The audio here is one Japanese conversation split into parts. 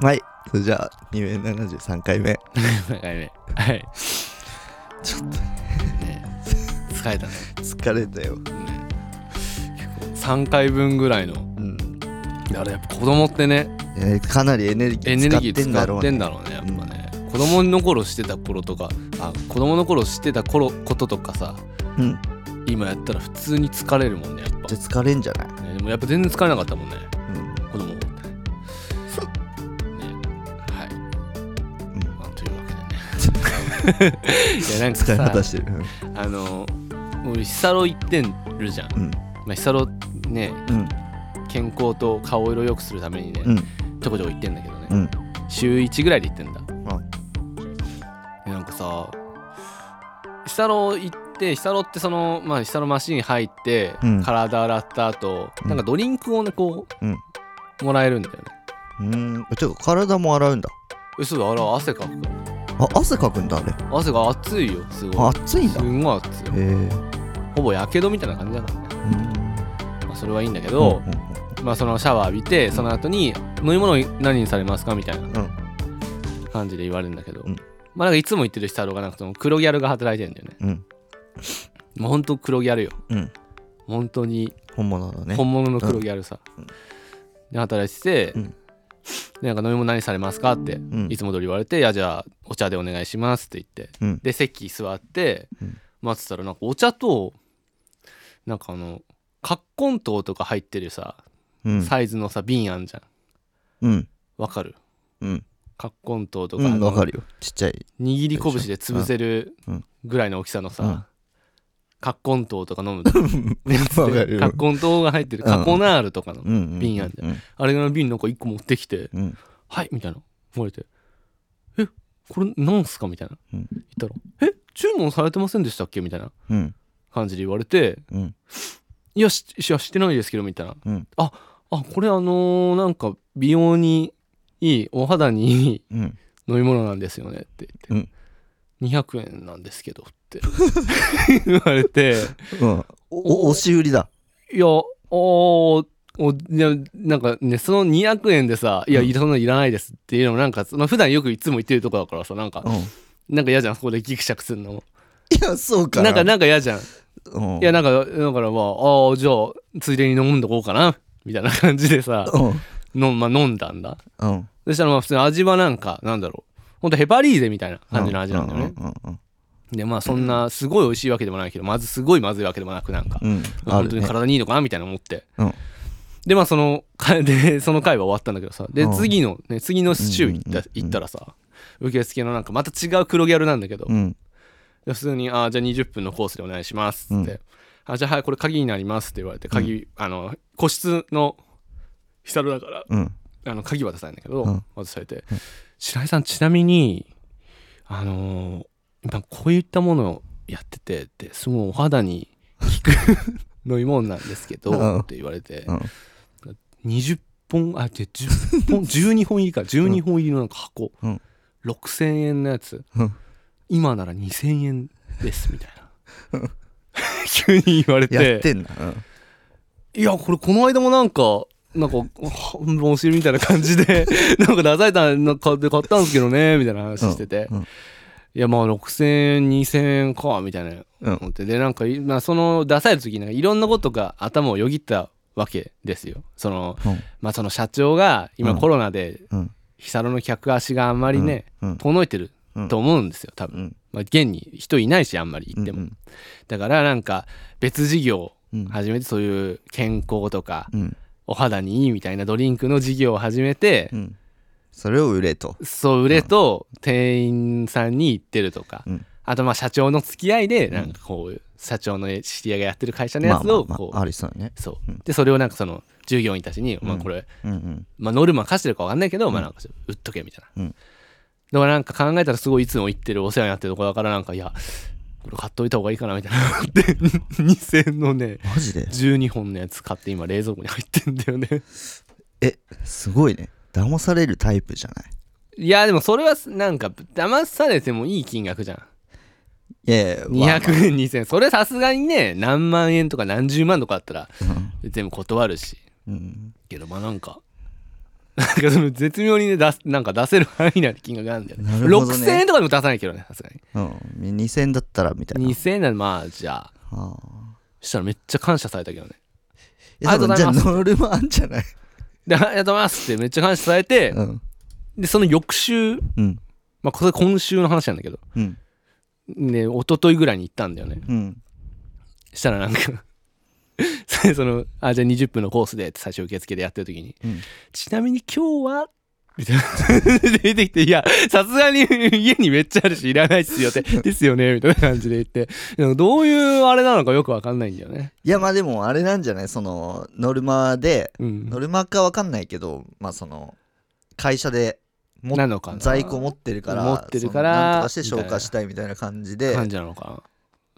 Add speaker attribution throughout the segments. Speaker 1: はいそれじゃあ273回目
Speaker 2: 7回目はい
Speaker 1: ちょっ
Speaker 2: ねえ疲れたね
Speaker 1: と疲れたよ
Speaker 2: ねえ結構3回分ぐらいの
Speaker 1: うん
Speaker 2: あれやっぱ子供ってね
Speaker 1: えーかなりエネルギ
Speaker 2: エネ
Speaker 1: ー
Speaker 2: ル
Speaker 1: 使
Speaker 2: ギ
Speaker 1: って
Speaker 2: ー
Speaker 1: んだろ
Speaker 2: 使
Speaker 1: うね
Speaker 2: ってんだろうねやっぱね、子供の頃してた頃とかあ子供の頃してた頃こととかさ
Speaker 1: うん
Speaker 2: 今やったら普通に疲れるもんねやっ
Speaker 1: じ
Speaker 2: ぱ
Speaker 1: ゃあ疲れんじゃない、
Speaker 2: ねでもやっぱ全然疲れなかったもんね
Speaker 1: うん
Speaker 2: 子供ねはい、まあ、というわけで ねいやなんか
Speaker 1: 使い果
Speaker 2: さ
Speaker 1: たしてる
Speaker 2: あの俺ヒサロ行ってるじゃん、
Speaker 1: うん
Speaker 2: まあ、ヒサロね
Speaker 1: うん
Speaker 2: 健康と顔色良くするためにね、
Speaker 1: うん
Speaker 2: ちょこちょこ行ってんだけどね、
Speaker 1: うん
Speaker 2: 週1ぐらいで行ってんだ
Speaker 1: あ
Speaker 2: でなんかさヒサロ行ってヒサロってそのまあヒサロマシン入って、
Speaker 1: うん
Speaker 2: 体洗った後
Speaker 1: うん
Speaker 2: なんかドリンクをねこう、
Speaker 1: うん
Speaker 2: もらえるんだよね
Speaker 1: うんてか体も洗うんだ
Speaker 2: 嘘だあら汗かく
Speaker 1: あ汗かくんだあれ
Speaker 2: 汗が熱いよす
Speaker 1: あ
Speaker 2: ごい
Speaker 1: 熱いん
Speaker 2: す
Speaker 1: だ
Speaker 2: んごい熱い
Speaker 1: へえうん
Speaker 2: ほぼやけどみたいな感じだからね、まあ、それはいいんだけ
Speaker 1: うん
Speaker 2: ど、まあ、そのシャワー浴びてその後に飲み物何にされますかみたいな
Speaker 1: うん
Speaker 2: 感じで言われるんだけど、
Speaker 1: うん
Speaker 2: まあなんかいつも言ってる人はがなくても黒ギャルが働いてるんだよね
Speaker 1: うん
Speaker 2: もう本当黒ギャルよ
Speaker 1: うん
Speaker 2: 本当に
Speaker 1: 本物だね
Speaker 2: 本物の黒ギャルさ、
Speaker 1: うん
Speaker 2: で働いてて、
Speaker 1: うん
Speaker 2: でなんか飲み物何されますかって、
Speaker 1: ん
Speaker 2: いつも通り言われて「いやじゃあお茶でお願いします」って言って
Speaker 1: うん
Speaker 2: で席座って
Speaker 1: うん
Speaker 2: 待ってたらなんかお茶となんかあの葛根糖とか入ってるさ
Speaker 1: うん
Speaker 2: サイズのさ瓶あんじゃん
Speaker 1: うん
Speaker 2: わかる
Speaker 1: うん
Speaker 2: 葛根糖とか、
Speaker 1: う
Speaker 2: あ
Speaker 1: ん
Speaker 2: の
Speaker 1: わかるよちっちゃ い
Speaker 2: 握り拳で潰せる
Speaker 1: うん
Speaker 2: ぐらいの大きさのさ、
Speaker 1: うん
Speaker 2: カッコン糖とか飲むのや つ
Speaker 1: わかる
Speaker 2: で
Speaker 1: よ
Speaker 2: カッコン糖が入ってる
Speaker 1: うん
Speaker 2: カコナールとかの、
Speaker 1: うんうん
Speaker 2: 瓶あんじ
Speaker 1: うん
Speaker 2: あれの瓶なんか1個持ってきて
Speaker 1: うん
Speaker 2: 「はい」みたいな言われて「えこれなんすか?」みたいな、
Speaker 1: うん
Speaker 2: 言ったら「え注文されてませんでしたっけ?」みたいな
Speaker 1: うん
Speaker 2: 感じで言われて
Speaker 1: うん
Speaker 2: 「いやしいやしてないですけど」みたいな
Speaker 1: うん
Speaker 2: あこれあのーなんか美容にいいお肌にいい
Speaker 1: うん
Speaker 2: 飲み物なんですよねって言って、200円なんですけどって言われて
Speaker 1: うんお押し売りだ
Speaker 2: いやおーおいやなんかねその200円でさ「いや
Speaker 1: うん
Speaker 2: そんなのいらないです」っていうのもなんかその普段よくいつも言ってるとこだからさなんか
Speaker 1: うんい
Speaker 2: なんか嫌じゃんそこでギクシャクするのも
Speaker 1: やそうか
Speaker 2: なんかなんか嫌じゃんい
Speaker 1: うん
Speaker 2: やなんかだからまあああじゃあついでに飲んどこうかなみたいな感じでさ
Speaker 1: うん
Speaker 2: の、まあ、飲んだんだ
Speaker 1: うん
Speaker 2: そしたらまあ普通に味はなんかなんだろうほんとヘパリーゼみたいな感じの味なんだよね、
Speaker 1: うんうん
Speaker 2: でまあそんなすごい美味しいわけでもないけどまずすごいまずいわけでもなくなんか、
Speaker 1: うんうんあ
Speaker 2: 本当
Speaker 1: る
Speaker 2: に
Speaker 1: ね
Speaker 2: 体にいいのかなみたいな思って、
Speaker 1: うん
Speaker 2: でまあそのか でその回は終わったんだけどさで、
Speaker 1: うん
Speaker 2: 次の、ね、次の週
Speaker 1: うん
Speaker 2: 行っ
Speaker 1: うん
Speaker 2: た,、
Speaker 1: うんうん
Speaker 2: 行ったらさ受付のなんかまた違う黒ギャルなんだけど、
Speaker 1: うん
Speaker 2: で普通に「あーじゃあ20分のコースでお願いします」って、
Speaker 1: うん
Speaker 2: あ「じゃあはいこれ鍵になります」って言われて鍵、あの個室のヒサロだから
Speaker 1: うん
Speaker 2: あの鍵渡されるんだけど、
Speaker 1: うん
Speaker 2: 渡されて、白井さんちなみにあのー今こういったものをやっててってすごいお肌に 効く飲み物なんですけど、
Speaker 1: うん
Speaker 2: って言われて、
Speaker 1: うん
Speaker 2: 20本あで10本 12本入りか12本入りのなんか箱、
Speaker 1: うん
Speaker 2: 6000円のやつ、
Speaker 1: うん
Speaker 2: 今なら2000円ですみたいな 急に言われて
Speaker 1: やってんなうん
Speaker 2: いや、これこの間もなんか、なんか、半分教えるみたいな感じで、 なんか出されたの買って買ったんですけどね、みたいな話してて。
Speaker 1: うんうん
Speaker 2: いや、まあ6000円、2000円か、みたいな
Speaker 1: うん
Speaker 2: 思って。で、なんか、いまあ、その出された時になんかいろんなことが頭をよぎったわけですよ。その、
Speaker 1: うん
Speaker 2: まあその社長が今
Speaker 1: うん
Speaker 2: コロナで、
Speaker 1: うん
Speaker 2: ヒサロの客足があんまりね、
Speaker 1: うん
Speaker 2: 遠のいてる
Speaker 1: うん
Speaker 2: と思うんですよ、多
Speaker 1: う
Speaker 2: 分。
Speaker 1: ん
Speaker 2: まあ、現に人いないし、あんまり行っても。
Speaker 1: うん
Speaker 2: だから、なんか、別事業、
Speaker 1: うん
Speaker 2: 初めてそういう健康とか、
Speaker 1: うん
Speaker 2: お肌にいいみたいなドリンクの事業を始めて、
Speaker 1: うんそれを売れと
Speaker 2: そう売れと店員さんに行ってるとか、
Speaker 1: うん
Speaker 2: あとまあ社長の付き合いでなんかこういう社長の知り合いがやってる会社のやつを
Speaker 1: まあまあ
Speaker 2: こ
Speaker 1: ま
Speaker 2: う、
Speaker 1: あありそうだね
Speaker 2: そう
Speaker 1: うん
Speaker 2: でそれをなんかその従業員たちに、まあ
Speaker 1: うん
Speaker 2: これ、
Speaker 1: うんうん
Speaker 2: まあ、ノルマ課してるか分かんないけど、まあなんかちょっと売っとけみたいな、
Speaker 1: うん
Speaker 2: だからなんか考えたらすごいいつも行ってるお世話になってるとこだからなんかいやこれ買っといた方がいいかなみたいなで2000のね
Speaker 1: マジで
Speaker 2: 12本のやつ買って今冷蔵庫に入ってんだよね
Speaker 1: えすごいね騙されるタイプじゃない
Speaker 2: いやでもそれはなんか騙されてもいい金額じゃん
Speaker 1: いやいや
Speaker 2: 200円2000円それさすがにね何万円とか何十万とかあったら
Speaker 1: まあまあ
Speaker 2: 全部断るし
Speaker 1: うんうん
Speaker 2: けどまあなんか なんかその絶妙にね出すなんか出せる範囲内で金額なんだよね
Speaker 1: なるほど
Speaker 2: 6000
Speaker 1: ね
Speaker 2: 円とかでも出さないけどねさすが
Speaker 1: うん2000円だったらみたい
Speaker 2: に
Speaker 1: な
Speaker 2: 2000円ならまあじゃあ
Speaker 1: あ
Speaker 2: したらめっちゃ感謝されたけどね
Speaker 1: いや
Speaker 2: ありがとうございます
Speaker 1: 多分じゃあノルマあんじゃない
Speaker 2: であありがとうございますってめっちゃ感謝されて
Speaker 1: うん
Speaker 2: でその翌週
Speaker 1: うん
Speaker 2: まあこれ今週の話なんだけど
Speaker 1: うん
Speaker 2: ね一昨日ぐらいに行ったんだよね
Speaker 1: うん
Speaker 2: したらなんか そそのあじゃあ20分のコースでって最初受付でやってる時に
Speaker 1: うん
Speaker 2: ちなみに今日はみたいな 出てきて「いやさすがに 家にめっちゃあるしいらないっす よ」って「ですよね」みたいな感じで言ってなんかどういうあれなのかよくわかんないんだよね。
Speaker 1: いやまあでもあれなんじゃないそのノルマで
Speaker 2: うん
Speaker 1: ノ、ルマかわかんないけどまあその会社でも
Speaker 2: なのかな
Speaker 1: 在庫持ってるから
Speaker 2: 持ってるから
Speaker 1: そのなんとかして消化したいみたいな感じで
Speaker 2: 感じなのか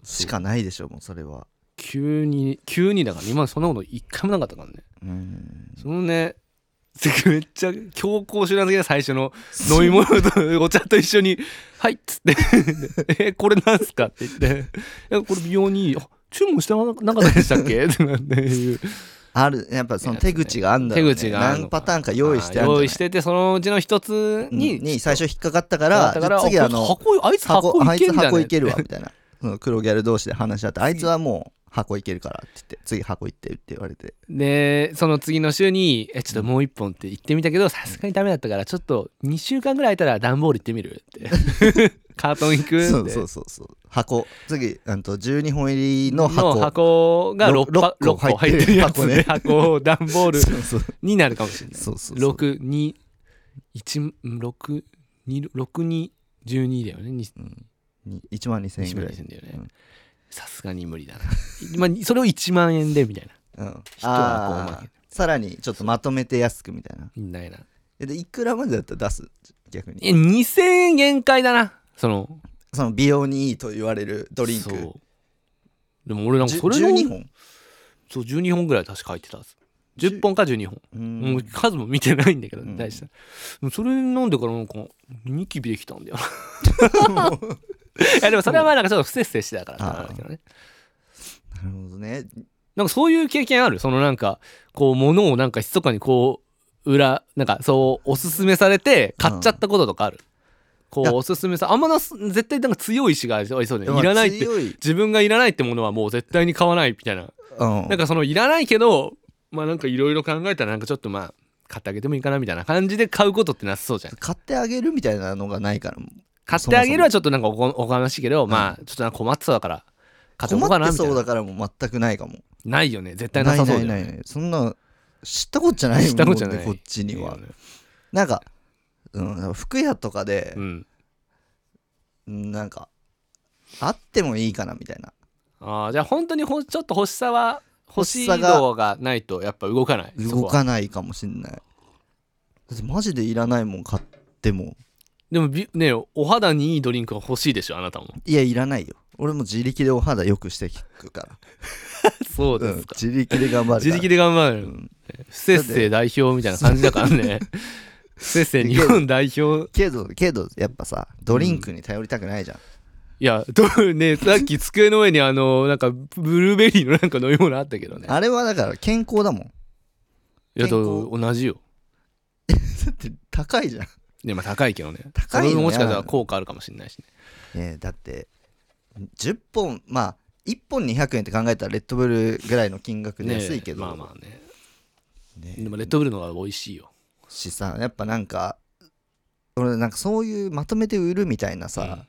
Speaker 2: な
Speaker 1: しかないでしょもうそれは
Speaker 2: 急に急にだから今までそんなこと一回もなかったからね。
Speaker 1: うん
Speaker 2: そのね めっちゃ強行手段的な最初の飲み物とお茶と一緒に「 はい」っつって 「えこれなんすか?」って言って「いやこれ美容にいいあ注文してなかったでしたっ け?」ってなんていう
Speaker 1: あるやっぱその手口があんだろう、ね、
Speaker 2: 手口があるの
Speaker 1: 何パターンか用意してあ
Speaker 2: あ
Speaker 1: る
Speaker 2: ー
Speaker 1: んじゃ
Speaker 2: 用
Speaker 1: な
Speaker 2: 意
Speaker 1: い
Speaker 2: しててそのうちの一つ
Speaker 1: うん
Speaker 2: に,、
Speaker 1: に最初引っかかったか
Speaker 2: だ
Speaker 1: ら
Speaker 2: から
Speaker 1: 次あの
Speaker 2: こいつ箱
Speaker 1: あ
Speaker 2: あいつ箱い
Speaker 1: い
Speaker 2: け
Speaker 1: つ
Speaker 2: んじゃね
Speaker 1: 箱いけるわみたいなその黒ギャル同士で話し合ってあいつはもう箱いけるからって言って次箱いってって言われて
Speaker 2: でその次の週に「えちょっともう一本」って言ってみたけどさすがにダメだったからちょっと2週間ぐらい空いたら段ボール行ってみるって カートン行くって
Speaker 1: そうそうそうそう箱次あんと12本入りの箱
Speaker 2: の箱が 6,
Speaker 1: ろ
Speaker 2: 個
Speaker 1: 六個
Speaker 2: 入ってるやつで箱を段ボール
Speaker 1: そうそう
Speaker 2: になるかもしれない
Speaker 1: そうそうそう
Speaker 2: 6216212だよねに
Speaker 1: 1万2000円
Speaker 2: 1
Speaker 1: ぐ
Speaker 2: 万
Speaker 1: ら
Speaker 2: 2000
Speaker 1: い
Speaker 2: 円だよね
Speaker 1: うん
Speaker 2: さすがに無理だな、 まあ、それを1万円でみたいな
Speaker 1: うん
Speaker 2: 一箱おま
Speaker 1: あーさらにちょっとまとめて安くみたいな
Speaker 2: けみたいな
Speaker 1: えでいくらまでだったら出す逆に
Speaker 2: え2000円限界だなその
Speaker 1: その美容にいいと言われるドリンク
Speaker 2: そうでも俺なんか
Speaker 1: じゅ
Speaker 2: それの
Speaker 1: 12本
Speaker 2: そう12本ぐらい確か入ってたはず10本か12本
Speaker 1: う
Speaker 2: もうん数も見てないんだけど、
Speaker 1: うん
Speaker 2: 大したでもそれ飲んでからなんかニキビできたんだよ な いやでもそれはまあなんかちょっと不摂生してたからってのはあるけどね
Speaker 1: なるほどね
Speaker 2: なんかそういう経験あるそのなんかこう物をなんか密かにこう裏なんかそうおすすめされて買っちゃったこととかある、こ
Speaker 1: いうや
Speaker 2: おすすめさあんまなす絶対なんか強い意志がありそうで
Speaker 1: まあ
Speaker 2: いらないって
Speaker 1: 強い
Speaker 2: 自分がいらないってものはもう絶対に買わないみたいな
Speaker 1: うん
Speaker 2: なんかそのいらないけどまあなんかいろいろ考えたらなんかちょっとまあ買ってあげてもいいかなみたいな感じで買うことってなさそうじゃん
Speaker 1: 買ってあげるみたいなのがないから
Speaker 2: 買ってあげるはちょっとなんかおこおこがましいけど、まあちょっとなんか困ってそうだから買っておこうか
Speaker 1: 困っ
Speaker 2: な
Speaker 1: て
Speaker 2: みたい
Speaker 1: そう
Speaker 2: な
Speaker 1: だからもう全くないかも
Speaker 2: ないよね絶
Speaker 1: な
Speaker 2: 対
Speaker 1: い
Speaker 2: なさそう
Speaker 1: ない
Speaker 2: じゃん
Speaker 1: ないないそんな知ったことじゃないもん
Speaker 2: 知ったことじゃない
Speaker 1: こっちに
Speaker 2: い
Speaker 1: はい
Speaker 2: よね
Speaker 1: なんかうん服屋とかで
Speaker 2: うん
Speaker 1: うんなんかあってもいいかなみたいな
Speaker 2: あーじゃあ本当にほちょっと欲しさは欲
Speaker 1: 欲
Speaker 2: し
Speaker 1: し
Speaker 2: い
Speaker 1: さが
Speaker 2: 度がないとやっぱ動かないそこ
Speaker 1: 動
Speaker 2: は
Speaker 1: かないかもしんないだってマジでいらないもん買っても
Speaker 2: でもびねお肌にいいドリンクが欲しいでしょあな たも
Speaker 1: いやいらないよ俺も自力でお肌よくして聞くから
Speaker 2: そうですか、
Speaker 1: うん自力で頑張る
Speaker 2: 自力で頑張る、
Speaker 1: うん
Speaker 2: 不摂生代表みたいな感じだからね不摂生日本代表
Speaker 1: けどけどやっぱさドリンクに頼りたくないじゃん、
Speaker 2: いやどうねさっき机の上にあのなんかブルーベリーのなんか飲み物あったけどね
Speaker 1: あれはだから健康だもん
Speaker 2: いや
Speaker 1: 健
Speaker 2: と
Speaker 1: 康
Speaker 2: 同じよ
Speaker 1: だって高いじゃん、
Speaker 2: でまあ高いけどね
Speaker 1: 高いの
Speaker 2: それももしかした
Speaker 1: や
Speaker 2: ら
Speaker 1: だ
Speaker 2: 効果あるかもしれないしね
Speaker 1: ねえだって10本まあ1本200円って考えたらレッドブルぐらいの金額で
Speaker 2: ね
Speaker 1: 安いけど、
Speaker 2: まあまあね
Speaker 1: ねえ
Speaker 2: でもレッドブルの方が美味しいよ
Speaker 1: しさやっぱなんか俺なんかそういうまとめて売るみたいなさ、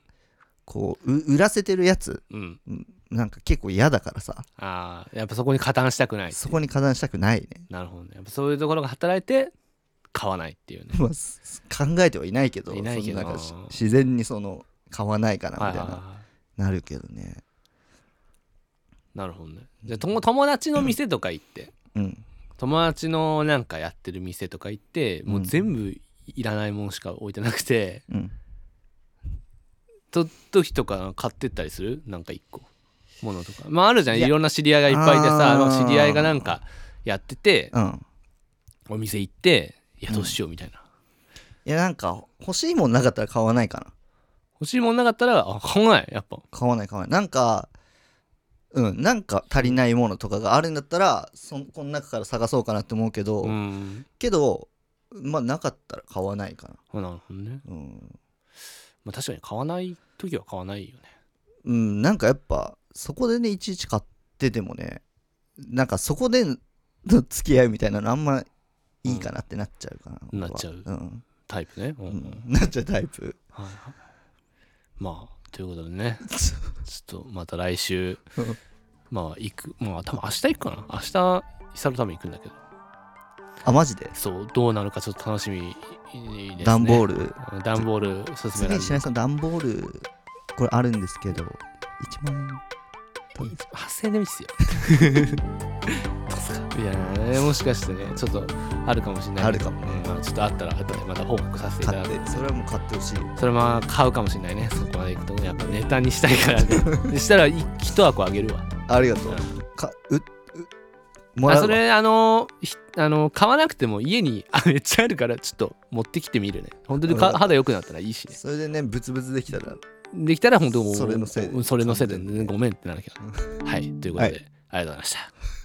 Speaker 1: こうう売らせてるやつ
Speaker 2: うん
Speaker 1: なんか結構嫌だからさ、
Speaker 2: ああやっぱそこに加担したくない
Speaker 1: そこに加担したくないね
Speaker 2: なるほどねやっぱそういうところが働いて買わないっていうね
Speaker 1: まあす考えてはいないけど
Speaker 2: いないけど
Speaker 1: そのなんかし自然にその買わないかなみ
Speaker 2: は
Speaker 1: た
Speaker 2: い
Speaker 1: い
Speaker 2: はい
Speaker 1: な
Speaker 2: は
Speaker 1: なるけどね
Speaker 2: いなるほどねじゃあとも友達の店とか行って、
Speaker 1: うん
Speaker 2: 友達のなんかやってる店とか行ってもううん全部いらないもんしか置いてなくて、
Speaker 1: うん
Speaker 2: と時とか買ってったりするなんか一個ものとかまああるじゃん
Speaker 1: い
Speaker 2: い
Speaker 1: や
Speaker 2: ろんな知り合いがいっぱいいてさ
Speaker 1: あー
Speaker 2: まあ知り合いがなんかやってて
Speaker 1: うん
Speaker 2: お店行っていやどうしようみたいな、
Speaker 1: いやなんか欲しいもんなかったら買わないかな
Speaker 2: 欲しいもんなかったらあ買わないやっぱ
Speaker 1: 買わない買わないなんかうんなんか足りないものとかがあるんだったらそこの中から探そうかなって思うけど、
Speaker 2: うん
Speaker 1: けどまあなかったら買わないかな
Speaker 2: あなるほどね、
Speaker 1: うん、
Speaker 2: まあ、確かに買わない時は買わないよね
Speaker 1: うん、なんかやっぱそこでねいちいち買っててもねなんかそこでの付き合いみたいなのあんまいいかなってなっちゃうかな、
Speaker 2: うん
Speaker 1: 僕は
Speaker 2: なっちゃう
Speaker 1: うん、
Speaker 2: タイプね、うん
Speaker 1: うん、なっちゃうタイプ
Speaker 2: はいはいまあということで ねちょっとまた来週
Speaker 1: うん
Speaker 2: まあ行くまあ多分明日行くかな明日久のために行くんだけど
Speaker 1: あマジで
Speaker 2: そうどうなるかちょっと楽しみですね
Speaker 1: 段ボール
Speaker 2: うん段ボール
Speaker 1: す
Speaker 2: 進
Speaker 1: げ
Speaker 2: めら
Speaker 1: え
Speaker 2: れ
Speaker 1: 白井さん段ボールこれあるんですけど1万円
Speaker 2: 8000円でもいいっすよ いやーもしかしてねちょっとあるかもしれないけど
Speaker 1: あるかもね
Speaker 2: うんまあちょっとあったら後でまた報告させていた
Speaker 1: 買
Speaker 2: だ
Speaker 1: っ
Speaker 2: いて
Speaker 1: てそれはもう買ってほしいよ
Speaker 2: それまあ買うかもしれないねそこまで行くとやっぱネタにしたいから ねしたら一一箱あげるわ
Speaker 1: ありがとうかううもら
Speaker 2: あ
Speaker 1: うわ
Speaker 2: それあのひあの買わなくても家にあめっちゃあるからちょっと持ってきてみるね本当に
Speaker 1: うん
Speaker 2: か肌良くなったらいいしね
Speaker 1: それでねブツブツできたら
Speaker 2: できたら本当もう
Speaker 1: それのせいで
Speaker 2: それのせいで
Speaker 1: 完全に
Speaker 2: ごめんってなるけどはいということで、ありがとうございました